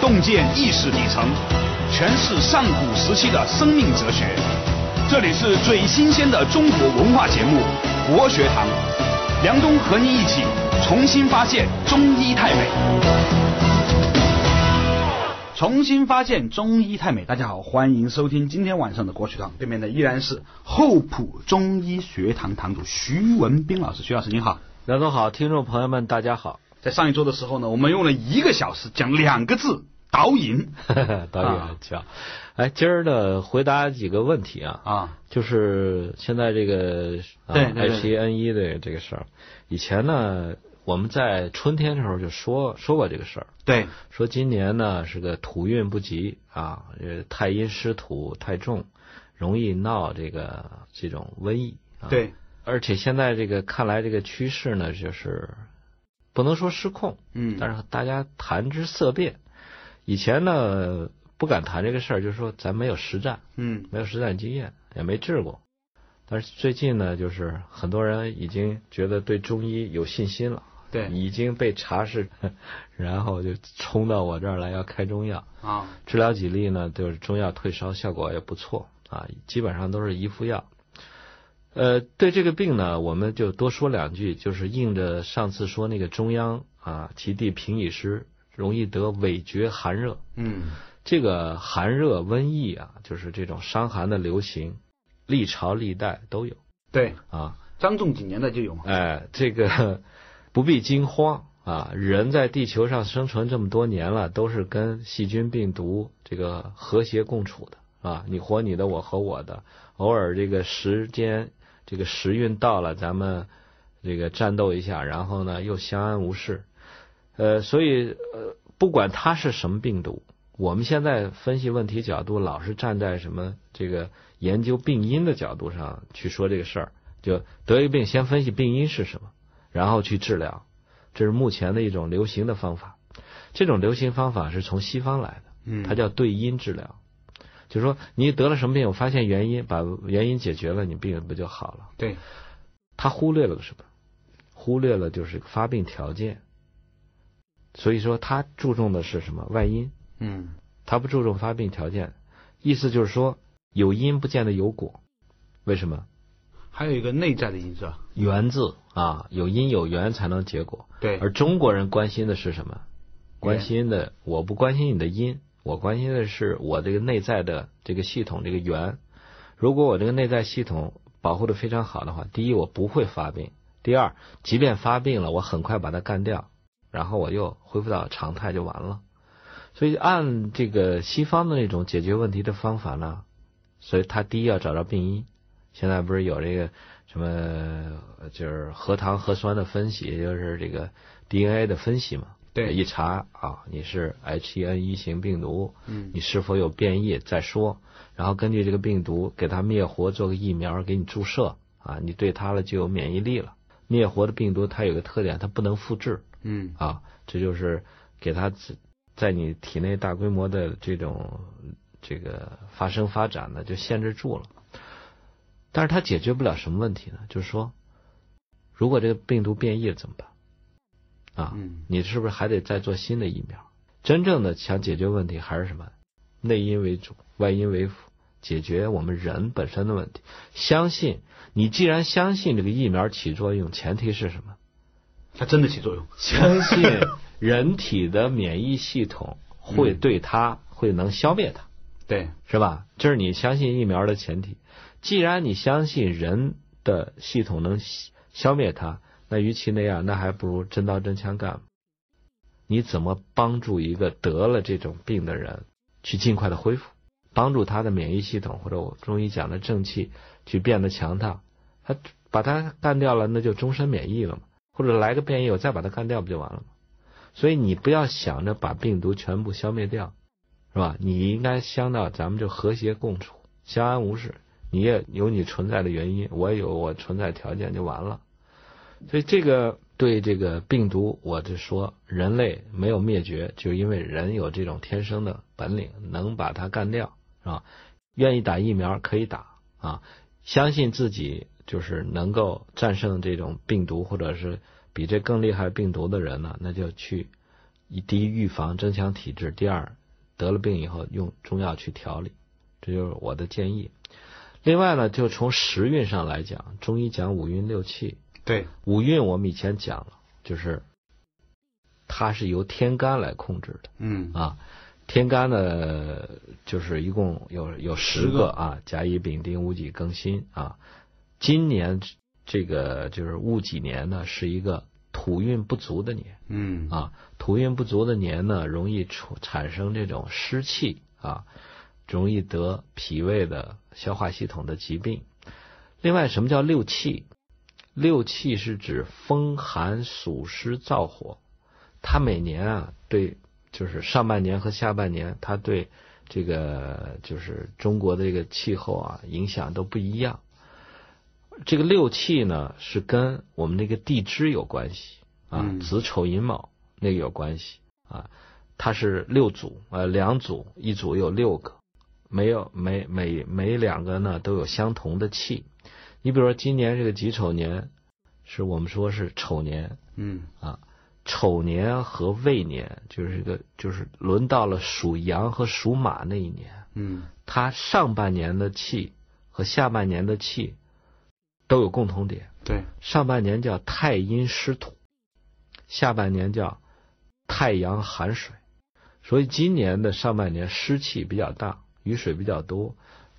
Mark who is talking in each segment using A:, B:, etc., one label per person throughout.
A: 洞见意识底层，诠释上古时期的生命哲学。这里是最新鲜的中国文化节目《国学堂》，梁冬和您一起重新发现中医太美。重新发现中医太美，大家好，欢迎收听今天晚上的国学堂。对面的依然是厚朴中医学堂堂主徐文斌老师，徐老师您好。
B: 梁总好，听众朋友们大 家好。
A: 在上一周的时候呢，我们用了一个小时讲两个字“导引
B: 导
A: 啊
B: 演讲，哎，今儿呢回答几个问题啊”，
A: 啊，
B: 就是现在这个啊
A: 对对对
B: H 一 N 一的这个事儿，以前呢我们在春天的时候就说说过这个事儿，
A: 对，
B: 说今年呢是个土运不及啊，呃太阴湿土太重，容易闹这个这种瘟疫。啊、
A: 对，
B: 而且现在这个看来这个趋势呢，就是不能说失控，
A: 嗯，
B: 但是大家谈之色变。以前呢不敢谈这个事儿，就是说咱没有实战，
A: 嗯，
B: 没有实战经验，也没治过。但是最近呢，就是很多人已经觉得对中医有信心了，
A: 对
B: 已经被查实，然后就冲到我这儿来要开中药。
A: 啊，
B: 治疗几例呢，就是中药退烧效果也不错啊，基本上都是一副药。呃，对这个病呢，我们就多说两句，就是应着上次说那个中央啊，其地平以湿，容易得尾厥寒热。
A: 嗯，
B: 这个寒热瘟疫啊，就是这种伤寒的流行，历朝历代都有
A: 对，
B: 啊。
A: 张仲景年代就有嘛，
B: 哎，这个 不必惊慌啊！人在地球上生存这么多年了，都是跟细菌、病毒这个和谐共处的啊，你活你的，我和我的。偶尔这个时间，这个时运到了，咱们这个战斗一下，然后呢又相安无事。呃，所以呃，不管它是什么病毒，我们现在分析问题角度老是站在什么这个研究病因的角度上去说这个事儿，就得一个病先分析病因是什么，然后去治疗，这是目前的一种流行的方法。这种流行方法是从西方来
A: 嗯，
B: 的，它叫对因治疗，就是说你得了什么病，我发现原因，把原因解决了，你病不就好了？
A: 对，
B: 他忽略了个什么？忽略了就是发病条件。所以说，他注重的是什么外因，
A: 嗯，
B: 他不注重发病条件。意思就是说，有因不见得有果。为什么？
A: 还有一个内在的因素啊，
B: 缘字啊，有因有缘才能结果。
A: 对，
B: 而中国人关心的是什么？关心的我不关心你的因，我关心的是我这个内在的这个系统这个源。如果我这个内在系统保护的非常好的话，第一我不会发病，第二即便发病了，我很快把它干掉，然后我又恢复到常态就完了。所以按这个西方的那种解决问题的方法呢，所以他第一要找到病因。现在不是有这个什么呃就是核糖核酸的分析，也就是这个 DNA 的分析嘛？
A: 对，
B: 一查啊，你是 H1N1 型病毒，
A: 嗯，
B: 你是否有变异再说，然后根据这个病毒给它灭活，做个疫苗给你注射啊，你对它了就有免疫力了。灭活的病毒它有个特点，它不能复制，
A: 嗯，
B: 啊，这就是给它自在你体内大规模的这种这个发生发展呢，就限制住了。但是它解决不了什么问题呢？就是说，如果这个病毒变异了怎么办？啊，
A: 嗯，
B: 你是不是还得再做新的疫苗？真正的想解决问题还是什么？内因为主，外因为辅，解决我们人本身的问题。相信你，既然相信这个疫苗起作用，前提是什么？
A: 它真的起作用，
B: 相信人体的免疫系统会对它会能消灭它，
A: 对，
B: 是吧？这是你相信疫苗的前提。既然你相信人的系统能消消灭它，那与其那样，那还不如真刀真枪干。你怎么帮助一个得了这种病的人去尽快的恢复，帮助他的免疫系统或者我中医讲的正气去变得强大？他把它干掉了，那就终身免疫了嘛。或者来个变异，我再把它干掉不就完了吗？所以你不要想着把病毒全部消灭掉，是吧？你应该相到咱们就和谐共处，相安无事。你也有你存在的原因，我也有我存在条件就完了。所以这个对这个病毒，我就说人类没有灭绝，就因为人有这种天生的本领，能把它干掉，是吧？愿意打疫苗可以打啊，相信自己就是能够战胜这种病毒，或者是比这更厉害病毒的人呢，那就去以第一预防增强体质，第二得了病以后用中药去调理，这就是我的建议。另外呢，就从时运上来讲，中医讲五运六气，
A: 对，
B: 五运我们以前讲了，就是它是由天干来控制的
A: 嗯
B: 啊。天干呢，就是一共有有十
A: 十个
B: 个啊，甲乙丙丁戊己庚辛啊。今年这个就是戊己年呢，是一个土运不足的年。
A: 嗯
B: 啊，土运不足的年呢，容易出产生这种湿气啊，容易得脾胃的消化系统的疾病。另外，什么叫六气？六气是指风寒暑湿燥火，它每年啊，对，就是上半年和下半年，它对这个就是中国的这个气候啊影响都不一样。这个六气呢，是跟我们那个地支有关系啊，
A: 嗯
B: 子丑寅卯那个有关系啊。它是六组，呃，两组，一组有六个，没有每每每两个呢都有相同的气。你比如说今年这个己丑年，是我们说是丑年，
A: 嗯
B: 啊丑年和未年就是一个就是轮到了属羊和属马那一年，
A: 嗯
B: 它上半年的气和下半年的气都有共同点，
A: 对，
B: 上半年叫太阴湿土，下半年叫太阳寒水，所以今年的上半年湿气比较大，雨水比较多。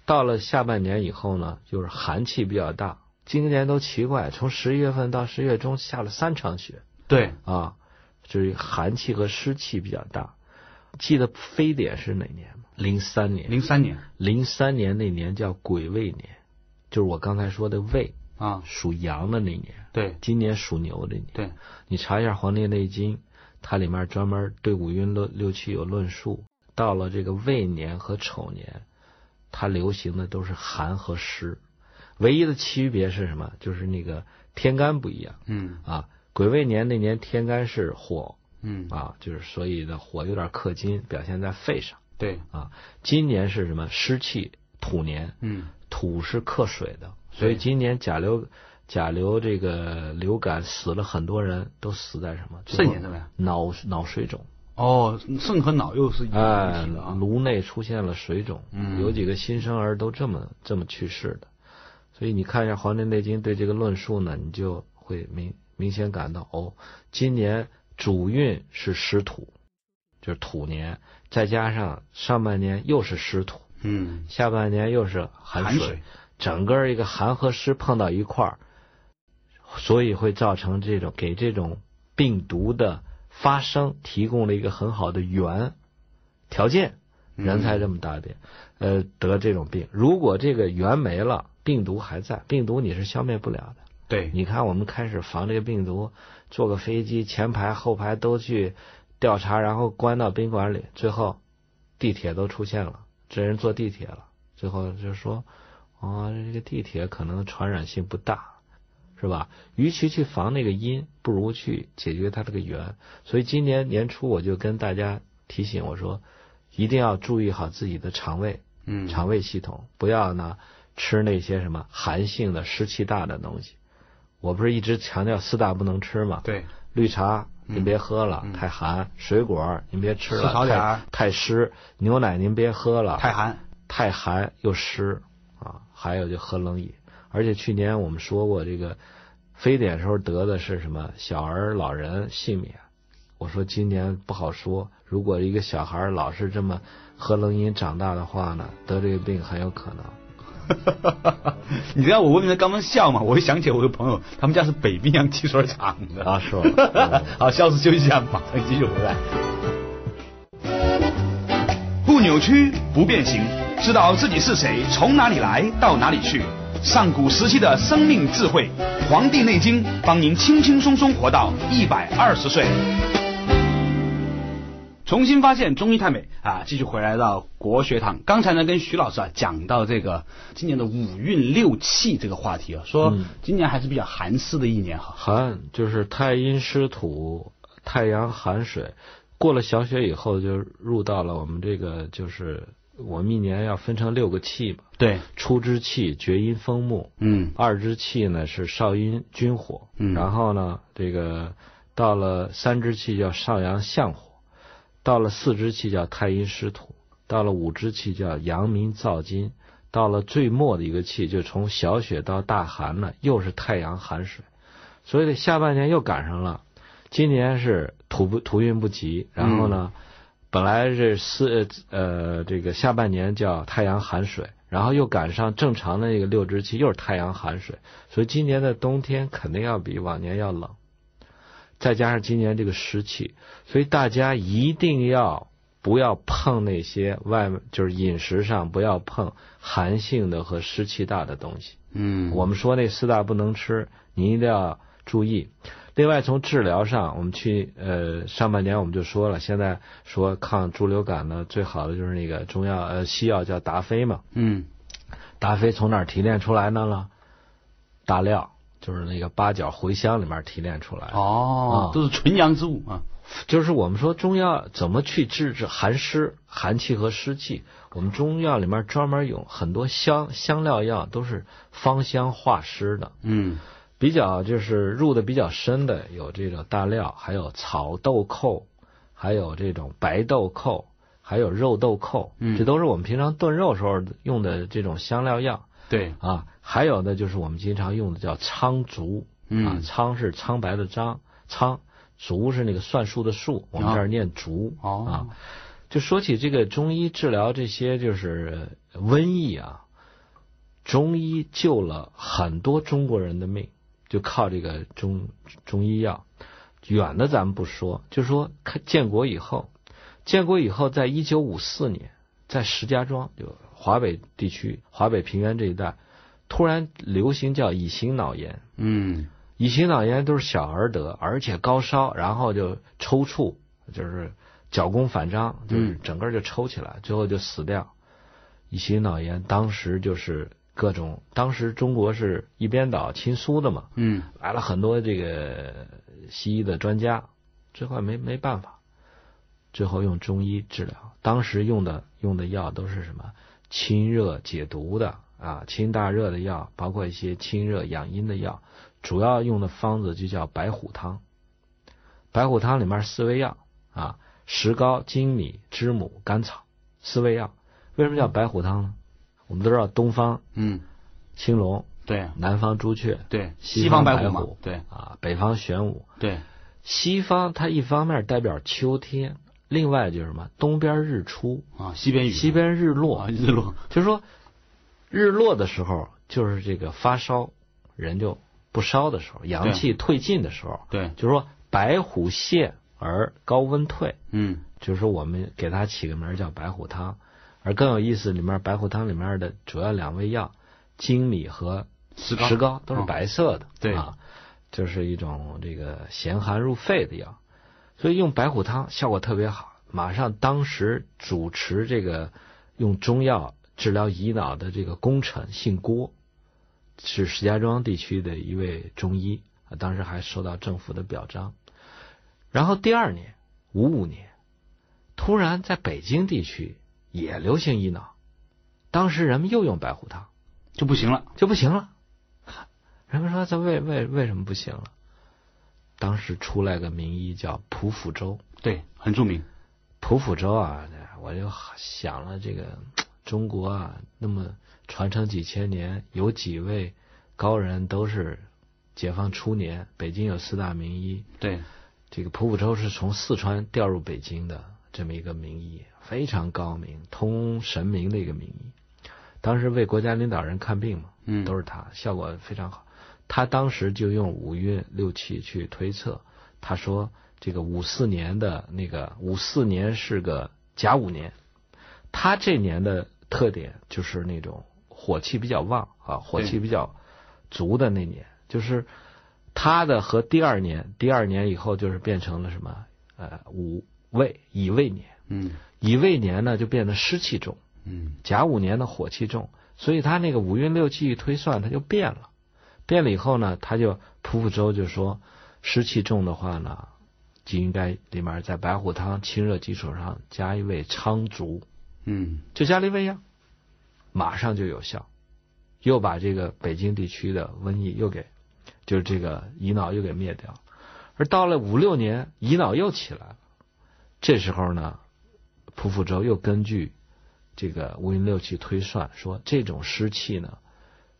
B: 到了下半年以后呢，就是寒气比较大。今年都奇怪，从十一月份到十月中下了三场雪
A: 对，
B: 啊，就是寒气和湿气比较大。记得非典是哪年吗？零三年，
A: 零三年
B: 零三年那年叫癸未年，就是我刚才说的未，
A: 啊，
B: 属羊的那年。
A: 对
B: 今年属牛的你，
A: 对，
B: 你查一下《黄帝内经》，它里面专门对五运六六气有论述。到了这个未年和丑年，它流行的都是寒和湿，唯一的区别是什么？就是那个天干不一样
A: 嗯
B: 啊。癸未年那年天干是火
A: 嗯
B: 啊，就是所以呢火有点克金，表现在肺上。
A: 对，
B: 今年是什么？湿气土年，
A: 嗯
B: 土是克水的，
A: 对
B: 所以今年甲流甲流这个流感死了很多人，都死在什么？
A: 肾炎怎么样？
B: 脑脑水肿，
A: 哦，肾和脑又是一个
B: 哎
A: 问题了，啊，
B: 颅内出现了水肿，
A: 嗯
B: 有几个新生儿都这么这么去世的，所以你看一下《黄帝内经》对这个论述呢，你就会明明显感到哦，今年主运是湿土，就是土年，再加上上半年又是湿土，
A: 嗯，
B: 下半年又是寒
A: 寒水，
B: 整个一个寒和湿碰到一块儿，所以会造成这种给这种病毒的发生提供了一个很好的源条件，
A: 嗯
B: 人才这么大点，呃，得这种病。如果这个源没了，病毒还在，病毒你是消灭不了的。
A: 对，
B: 你看，我们开始防这个病毒，坐个飞机，前排后排都去调查，然后关到宾馆里，最后地铁都出现了，这人坐地铁了，最后就说，哦，这个地铁可能传染性不大，是吧？与其去防那个因，不如去解决它这个源。所以今年年初我就跟大家提醒我说，一定要注意好自己的肠胃，
A: 嗯，
B: 肠胃系统，不要呢吃那些什么寒性的、湿气大的东西。我不是一直强调四大不能吃吗？
A: 对，
B: 绿茶您别喝了，
A: 嗯
B: 太寒；水果您别吃
A: 吃少
B: 了，
A: 点儿
B: 太太湿；牛奶您别喝了，
A: 太寒，
B: 太寒又湿啊。还有就喝冷饮，而且去年我们说过，这个非典时候得的是什么小儿、老人、幸免。我说今年不好说，如果一个小孩儿老是这么喝冷饮长大的话呢，得这个病很有可能。
A: 你知道我为什么刚刚笑吗？我就想起我有朋友，他们家是北冰洋汽水厂的
B: 啊是吗嗯
A: 好，下次休息一下，马上继续回来。不扭曲，不变形，知道自己是谁，从哪里来，到哪里去。上古时期的生命智慧，《黄帝内经》帮您轻轻松松活到一百二十岁。重新发现中医太美啊！继续回来到国学堂，刚才呢跟徐老师啊讲到这个今年的五运六气这个话题啊，说
B: 嗯
A: 今年还是比较寒湿的一年哈。
B: 寒就是太阴湿土，太阳寒水。过了小雪以后，就入到了我们这个，就是我们一年要分成六个气嘛。
A: 对，
B: 初之气厥阴风木，
A: 嗯
B: 二之气呢是少阴君火，
A: 嗯
B: 然后呢这个到了三之气叫少阳相火，到了四支气叫太阴湿土，到了五支气叫阳明燥金，到了最末的一个气就从小雪到大寒了，又是太阳寒水，所以下半年又赶上了。今年是土不土运不及，然后呢，本来是四呃这个下半年叫太阳寒水，然后又赶上正常的那个六支气又是太阳寒水，所以今年的冬天肯定要比往年要冷，再加上今年这个湿气，所以大家一定要不要碰那些外面就是饮食上不要碰寒性的和湿气大的东西。
A: 嗯，
B: 我们说那四大不能吃，你一定要注意。另外，从治疗上，我们去呃上半年我们就说了，现在说抗猪流感呢，最好的就是那个中药呃西药叫达菲嘛。
A: 嗯
B: 达菲从哪儿提炼出来的呢？大料，就是那个八角茴香里面提炼出来的。
A: 哦
B: 啊，
A: 都是纯阳之物啊。
B: 就是我们说中药怎么去治治寒湿、寒气和湿气，我们中药里面专门有很多香香料药都是芳香化湿的。
A: 嗯
B: 比较就是入的比较深的有这种大料，还有草豆蔻，还有这种白豆蔻，还有肉豆蔻，
A: 嗯
B: 这都是我们平常炖肉时候用的这种香料药
A: 对，
B: 啊。还有呢，就是我们经常用的叫苍竹，啊
A: 嗯，
B: 苍是苍白的苍，苍竹是那个算术的术，我们这儿念竹、啊
A: 哦。，
B: 就说起这个中医治疗这些就是呃瘟疫啊，中医救了很多中国人的命，就靠这个中中医药。远的咱们不说，就说看建国以后，建国以后，在一九五四年，在石家庄就华北地区、华北平原这一带，突然流行叫乙型脑炎。
A: 嗯
B: 乙型脑炎都是小儿得，而且高烧，然后就抽搐，就是脚弓反张，就是整个就抽起来，最后就死掉。乙型脑炎当时就是各种，当时中国是一边倒亲苏的嘛，
A: 嗯
B: 来了很多这个西医的专家，最后也没没办法，最后用中医治疗。当时用的用的药都是什么清热解毒的啊，清大热的药，包括一些清热养阴的药，主要用的方子就叫白虎汤。白虎汤里面四味药啊，石膏、粳米、知母、甘草四味药。为什么叫白虎汤呢？我们都知道东方
A: 嗯，
B: 青龙，
A: 对
B: 南方朱雀，
A: 对，
B: 西
A: 西方
B: 方
A: 白
B: 白
A: 嘛
B: 虎，
A: 对
B: 啊，北方玄武。
A: 对，
B: 西方它一方面代表秋天，另外就是什么？东边日出，
A: 啊，西边雨，
B: 西边日
A: 啊，
B: 落。
A: 日落，
B: 就是说，日落的时候就是这个发烧，人就不烧的时候，阳气退尽的时候，
A: 啊对，
B: 就是说白虎泻而高温退，
A: 嗯
B: 就是说我们给它起个名儿叫白虎汤。而更有意思，里面白虎汤里面的主要两味药，粳米和
A: 石膏嗯
B: 石膏都是白色的，
A: 对
B: 啊，就是一种这个咸寒入肺的药，所以用白虎汤效果特别好。马上，当时主持这个用中药治疗乙脑的这个功臣姓郭，是石家庄地区的一位中医，啊当时还受到政府的表彰。然后第二年，五五年，突然在北京地区也流行乙脑，当时人们又用白虎汤。
A: 嗯就不行了，
B: 就不行了。人们说这为为为什么不行了？当时出来个名医叫蒲辅周，
A: 对，很著名，
B: 蒲辅周啊，我就想了这个中国啊，那么传承几千年，有几位高人都是解放初年，北京有四大名医，
A: 对，
B: 这个蒲辅周是从四川调入北京的这么一个名医，非常高明，通神明的一个名医。当时为国家领导人看病嘛，
A: 嗯，
B: 都
A: 是
B: 是他，效果非常好。他当时就用五运六气去推测，他说这个五四年的那个五四年是个甲午年，他这年的特点就是那种火气比较旺啊，火气
A: 对
B: 比较足的那年，就是他的和第二年，第二年以后就是变成了什么呃五未乙未年，
A: 嗯
B: 乙未年呢就变得湿气重。
A: 嗯
B: 甲午年的火气重，所以他那个五运六气一推算，它就变了。变了以后呢，他就蒲辅周就说，湿气重的话呢，就应该里面在白虎汤清热基础上加一味苍竹，
A: 嗯，
B: 就加了一味药，马上就有效，又把这个北京地区的瘟疫又给，就是这个乙脑又给灭掉了。而到了五六年，乙脑又起来了，这时候呢，蒲辅周又根据这个五运六气推算，说这种湿气呢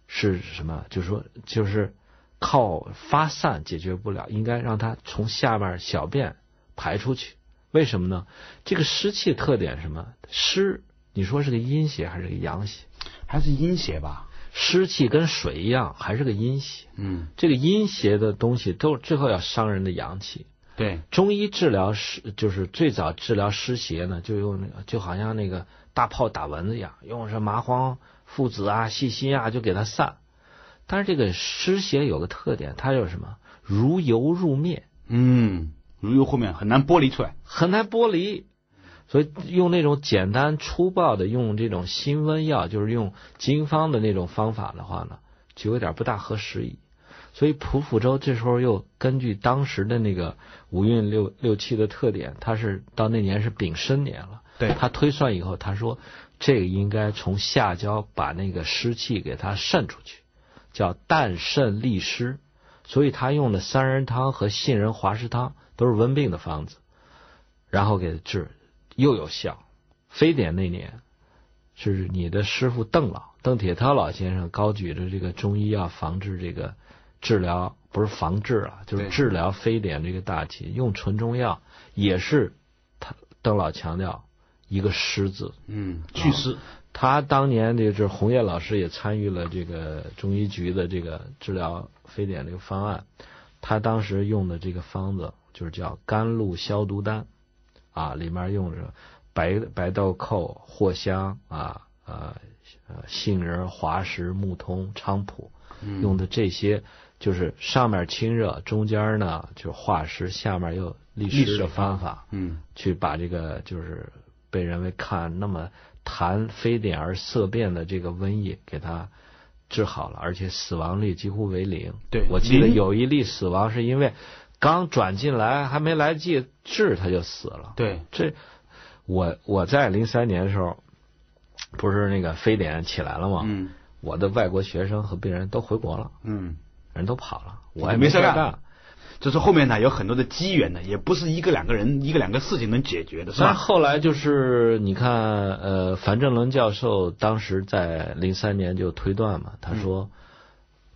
B: 是什么？就是说，就是靠发散解决不了，应该让它从下面小便排出去。为什么呢？这个湿气特点是什么？湿，你说是个阴邪还是个阳邪？
A: 还是阴邪吧？
B: 湿气跟水一样，还是个阴邪。
A: 嗯，
B: 这个阴邪的东西都最后要伤人的阳气。
A: 对，
B: 中医治疗湿就是最早治疗湿邪呢，就用那个就好像那个大炮打蚊子一样，用什么麻黄、附子啊、细辛啊，就给它散。但是这个湿邪有个特点，它有什么？如油入面，
A: 嗯，如油后面很难剥离出来。
B: 很难剥离。所以用那种简单粗暴的，用这种辛温药，就是用经方的那种方法的话呢，就有点不大合时宜。所以蒲辅周这时候又根据当时的那个五运六六气的特点，他是到那年是丙申年了，
A: 对
B: 他推算以后，他说这个应该从下焦把那个湿气给它渗出去，叫淡渗利湿。所以他用的三仁汤和杏仁滑石汤都是温病的方子，然后给治，又有效。非典那年，是你的师傅邓老邓铁涛老先生高举着这个中医药防治这个治疗，不是防治啊，就是
A: 对
B: 治疗非典这个大旗，用纯中药也是他邓老强调一个“湿”字，
A: 嗯，祛湿。
B: 他当年这个就是红叶老师也参与了这个中医局的这个治疗非典这个方案，他当时用的这个方子就是叫甘露消毒丹，啊，里面用着白白豆蔻、藿香啊、呃、呃杏仁、滑石、木通、菖蒲，用的这些就是上面清热，中间呢就化湿，下面又利
A: 利
B: 湿
A: 水
B: 的方法。
A: 嗯，
B: 去把这个就是被认为看那么痰非典而色变的这个瘟疫给它治好了，而且死亡率几乎为零。
A: 对
B: 我记得
A: 零
B: 有一例死亡是因为刚转进来还没来得及治他就死了。
A: 对，
B: 这我我在零三年的时候，不是那个非典起来了吗？
A: 嗯
B: 我的外国学生和病人都回国了，
A: 嗯，
B: 人都跑了，我也
A: 没
B: 没
A: 事
B: 事
A: 干
B: 干。
A: 这是后面呢有很多的机缘的，也不是一个两个人一个两个事情能解决的，是
B: 但
A: 吧？
B: 是后来就是你看，呃，樊振伦教授当时在零三年就推断嘛，他说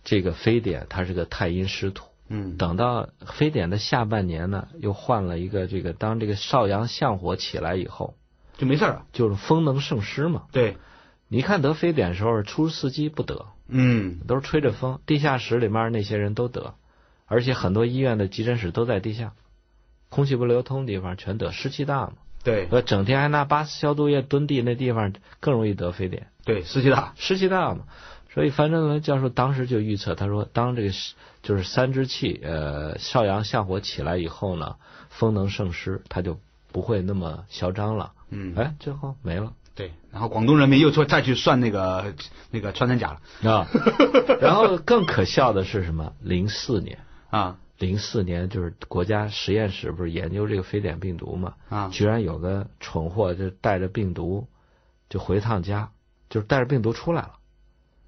B: 这个非典它是个太阴湿土。
A: 嗯，
B: 等到非典的下半年呢，又换了一个这个，当这个少阳相火起来以后，
A: 就没事了。
B: 就是风能盛湿嘛。
A: 对，
B: 你看得非典的时候，出司机不得，
A: 嗯，
B: 都是吹着风，地下室里面那些人都得，而且很多医院的急诊室都在地下，空气不流通的地方全得，湿气大嘛。
A: 对
B: 呃，整天还拿八四消毒液蹲地那地方，更容易得非典，
A: 对，湿气大。
B: 湿气大嘛。所以樊振伦教授当时就预测，他说，当这个是就是三支气，呃，少阳下火起来以后呢，风能盛湿，它就不会那么嚣张了。
A: 嗯，
B: 哎，最后没了
A: 对。然后广东人民又说再去算那个那个穿山甲了
B: 啊。然后更可笑的是什么？零四年，
A: 啊
B: 零四年就是国家实验室不是研究这个非典病毒嘛，
A: 啊！
B: 居然有个蠢货就带着病毒就回趟家，就是带着病毒出来了。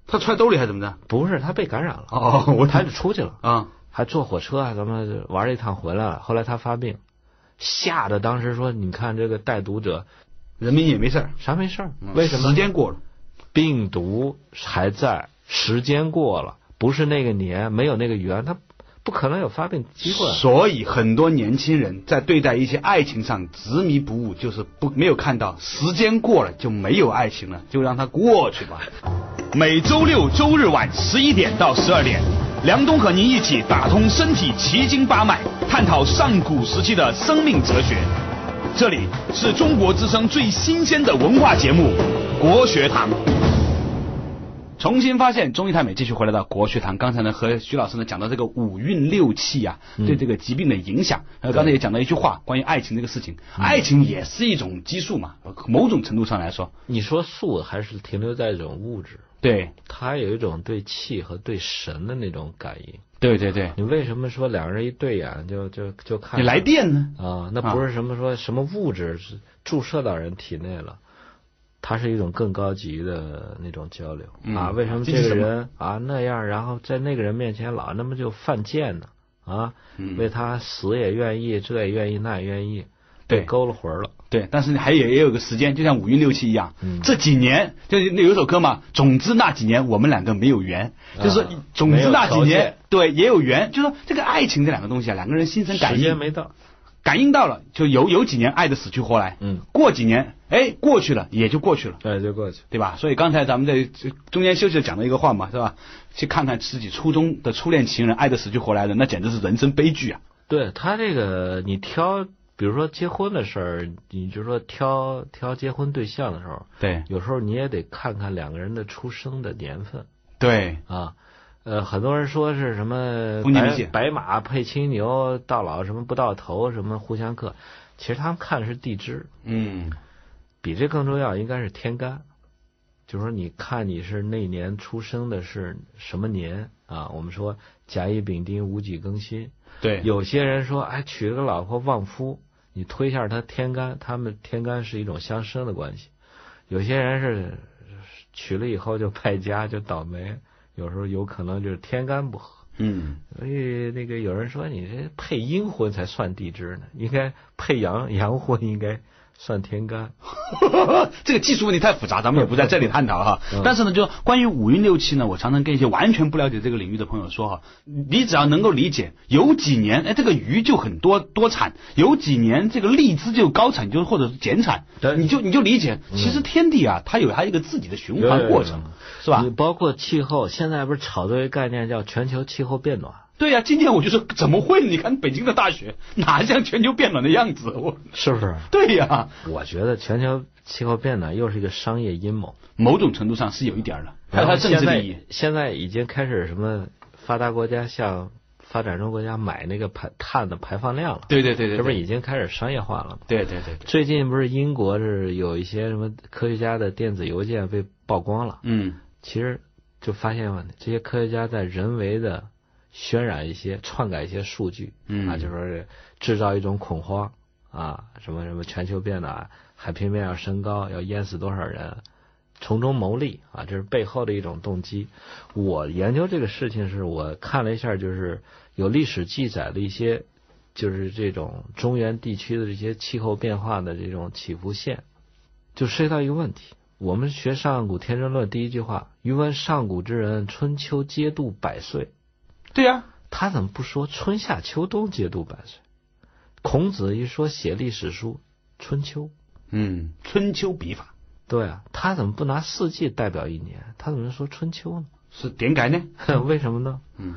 A: 他揣兜里还是怎么着？
B: 不是，他被感染了，
A: 哦，我
B: 他就出去了，
A: 啊，
B: 还坐火车啊，咱们玩了一趟回来了。后来他发病，吓得当时说：“你看这个带毒者
A: 人民也没事儿。
B: 啥没事儿
A: 嗯，
B: 为什么
A: 时间过了，
B: 病毒还在？时间过了，不是那个年，没有那个缘，他不可能有发病机会。
A: 所以很多年轻人在对待一些爱情上执迷不悟，就是不没有看到时间过了就没有爱情了，就让它过去吧。
C: 每周六周日晚十一点到十二点，梁冬和您一起打通身体奇经八脉，探讨上古时期的生命哲学。这里是中国之声最新鲜的文化节目《国学堂》。
A: 重新发现中医太美，继续回来到国学堂。刚才呢，和徐老师呢讲到这个五运六气啊，
B: 嗯
A: 对这个疾病的影响。还有刚才也讲到一句话，关于爱情这个事情，
B: 嗯
A: 爱情也是一种激素嘛，某种程度上来说，
B: 你说素还是停留在一种物质，
A: 对，
B: 它有一种对气和对神的那种感应。
A: 对对对。
B: 你为什么说两个人一对眼就就就看
A: 你来电呢？
B: 啊，那不是什么说什么物质是注射到人体内了，它是一种更高级的那种交流、
A: 嗯
B: 啊。为什么
A: 这
B: 这
A: 是
B: 个
A: 什么
B: 人啊那样，然后在那个人面前老那么就犯贱呢？啊，
A: 嗯
B: 为他死也愿意，这也愿意，那也愿意，被
A: 对
B: 勾了魂儿了。
A: 对，但是还也也有个时间，就像五运六气一样，
B: 嗯
A: 这几年就是那有一首歌嘛，总之那几年我们两个没有缘，就是说
B: 啊
A: 总之那几
B: 没有条
A: 年
B: 件
A: 对也有缘，就是说这个爱情这两个东西啊，两个人心生感
B: 时间
A: 应，
B: 没到，
A: 感应到了，就有有几年爱的死去活来，
B: 嗯，
A: 过几年哎过去了哎也就过去了。
B: 对，就过去。
A: 对吧？所以刚才咱们在中间休息了讲了一个话嘛，是吧？去看看自己初中的初恋情人爱的死去活来的，那简直是人生悲剧啊！
B: 对他这个，你挑，比如说结婚的事儿，你就说挑挑结婚对象的时候，
A: 对
B: 有时候你也得看看两个人的出生的年份
A: 对
B: 啊。呃，很多人说是什么
A: 封建迷
B: 白
A: 信
B: 白马配青牛，到老什么不到头，什么互相克。其实他们看的是地支，
A: 嗯，
B: 比这更重要应该是天干，就是说你看你是那年出生的是什么年啊？我们说甲乙丙丁戊己庚辛，
A: 对
B: 有些人说，哎，娶了个老婆旺夫，你推一下他天干，他们天干是一种相生的关系。有些人是娶了以后就败家就倒霉，有时候有可能就是天干不合。
A: 嗯
B: 所以那个有人说，你这配阴婚才算地支呢，应该配阳阳婚应该算天干。
A: 这个技术问题太复 杂，咱们也不在这里探讨哈。
B: 嗯
A: 但是呢，就关于五运六气呢，我常常跟一些完全不了解这个领域的朋友说哈，你只要能够理解，有几年哎这个鱼就很多多产，有几年这个荔枝就高产，就或者是减产，
B: 对嗯
A: 你就你就理解，其实天地啊，它有啊它一个自己的循环过程
B: 有有有，
A: 是吧
B: 你？包括气候，现在不是炒作一个概念叫全球气候变暖？
A: 对呀、今天我就说怎么会？你看北京的大学 哪像全球变暖的样子？我，
B: 是不是？
A: 对呀、
B: 我觉得全球气候变暖又是一个商业阴谋。
A: 某种程度上是有一点儿了，还
B: 然
A: 有它
B: 后
A: 政
B: 哎现
A: 治
B: 在
A: 利益。
B: 现在已经开始什么发达国家向发展中国家买那个排碳的排放量了，
A: 对对对对，
B: 这不是
A: 对
B: 已经开始商业化了吗？
A: 对对对对，
B: 最近不是英国是有一些什么科学家的电子邮件被曝光了，
A: 嗯。
B: 其实就发现问题，这些科学家在人为的渲染一些、篡改一些数据，
A: 嗯
B: 啊，就说是制造一种恐慌啊，什么什么全球变暖，海平面要升高，要淹死多少人，从中牟利啊，这是背后的一种动机。我研究这个事情是我看了一下，就是有历史记载的一些。就是这种中原地区的这些气候变化的这种起伏线，就涉及到一个问题。我们学上古天真论第一句话：“余闻上古之人，春秋皆度百岁。
A: 对呀、”
B: 他怎么不说春夏秋冬皆度百岁？孔子一说写历史书，春秋。
A: 嗯，春秋笔法
B: 对啊，他怎么不拿四季代表一年？他怎么说春秋呢？
A: 是点改呢？
B: 为什么呢？
A: 嗯，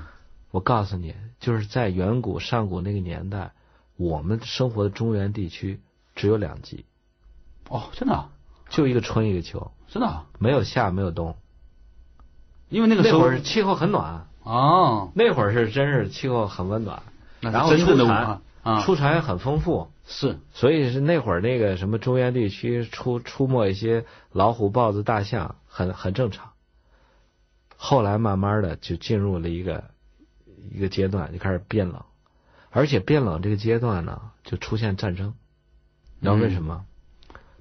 B: 我告诉你，就是在远古上古那个年代，我们生活的中原地区只有两季，
A: 哦，真的啊、
B: 就一个春一个秋，
A: 真的啊、
B: 没有夏没有冬。
A: 因为那个时
B: 那
A: 候
B: 会儿气候很暖，啊
C: 啊
A: 哦，
B: 那会儿是真是气候很温暖，
A: 那
B: 然
A: 是
B: 后
A: 真正的文
B: 出产
A: 化啊，
B: 出产也很丰富，
A: 是
B: 所以是那会儿那个什么中原地区出出没一些老虎、豹子、大象，很很正常。后来慢慢的就进入了一个一个阶段，就开始变冷，而且变冷这个阶段呢，就出现战争。你知道为什么？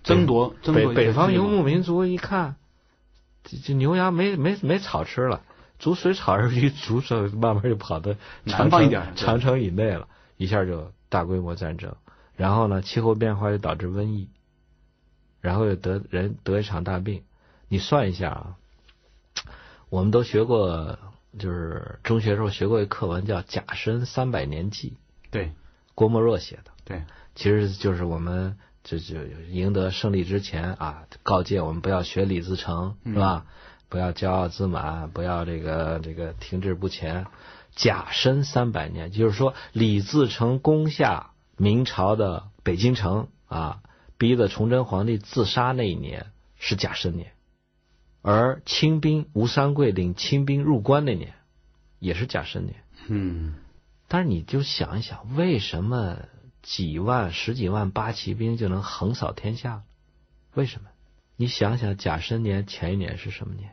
A: 争夺争
B: 北
A: 夺
B: 北方游
A: 游牧，
B: 牧民族一看，这这牛羊没没没草吃了，逐水草而居，逐水慢慢就跑到
A: 南
B: 长
A: 方
B: 城
A: 一点对
B: 长城以内了，一下就大规模战争。然后呢，气候变化又导致瘟疫，然后又得人得一场大病。你算一下啊，我们都学过，就是中学时候学过一课文叫《甲申三百年记
A: 对》，
B: 郭沫若写的。
A: 对，
B: 其实就是我们这就赢得胜利之前啊，告诫我们不要学李自成，是吧？不要骄傲自满，不要这个这个停滞不前。甲申三百年，就是说李自成攻下明朝的北京城啊，逼得崇祯皇帝自杀那一年是甲申年，而清兵吴三桂领清兵入关那年也是甲申年。
A: 嗯，
B: 但是你就想一想，为什么几万、十几万八旗兵就能横扫天下？为什么？你想想，甲申年前一年是什么年？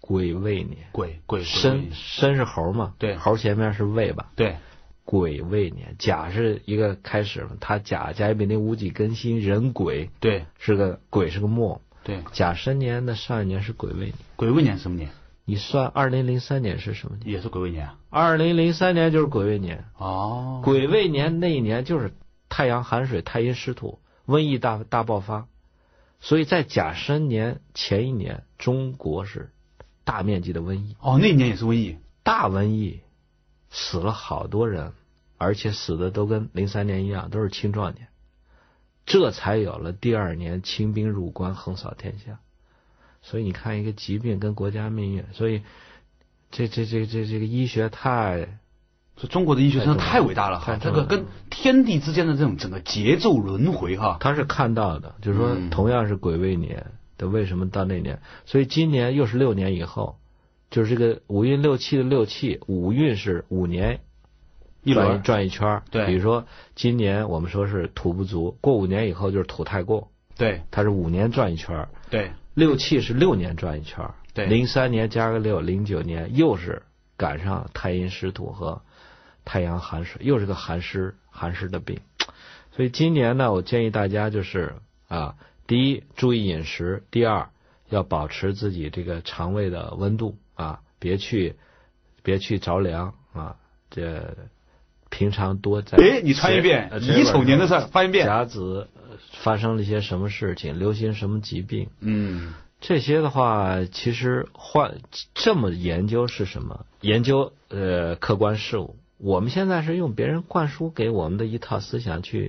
B: 癸未年。
A: 鬼鬼
B: 申申是猴嘛？
A: 对
B: 猴前面是未吧？
A: 对
B: 癸未年，甲是一个开始嘛，它甲甲乙丙丁戊己庚辛壬癸
A: 对
B: 是个癸是个末，
A: 对，
B: 甲申年的上一年是癸未年。
A: 癸未年是什么年？
B: 你算二零零三年是什么年？
A: 也是癸未年啊？
B: 二零零三年就是癸未年。
A: 哦，
B: 癸未年那一年就是太阳寒水、太阴湿土，瘟疫大大爆发。所以在甲申年前一年，中国是大面积的瘟疫，
C: 哦，那一年也是瘟疫，
B: 大瘟疫，死了好多人，而且死的都跟零三年一样，都是青壮年。这才有了第二年清兵入关，横扫天下。所以你看，一个疾病跟国家命运，所以这这这这这个医学太
C: 所以中国的医学真的太伟大了
B: 太
C: 哈，
B: 重
C: 这
B: 要
C: 个
B: 了
C: 跟天地之间的这种整个节奏轮回哈，
B: 他是看到的，就是说
C: 嗯
B: 同样是癸未年的，为什么到那年？所以今年又是六年以后，就是这个五运六气的六气，五运是五年
C: 一轮
B: 转
C: 儿
B: 一转一圈儿
C: 对
B: 比如说今年我们说是土不足，过五年以后就是土太过，
C: 对
B: 它是五年转一圈儿
C: 对
B: 六气是六年转一圈儿
C: 对
B: 零三年加个六，零九年又是赶上太阴湿土和太阳寒水，又是个寒湿寒湿的病。所以今年呢，我建议大家就是啊，第一注意饮食，第二要保持自己这个肠胃的温度啊，别去别去着凉啊，这平常多在。
C: 哎，你穿一遍
B: 呃，
C: 乙丑年的事儿翻一遍，
B: 甲子呃发生了一些什么事情，流行什么疾病。
C: 嗯，
B: 这些的话，其实换这么研究是什么？研究呃客观事物。我们现在是用别人灌输给我们的一套思想去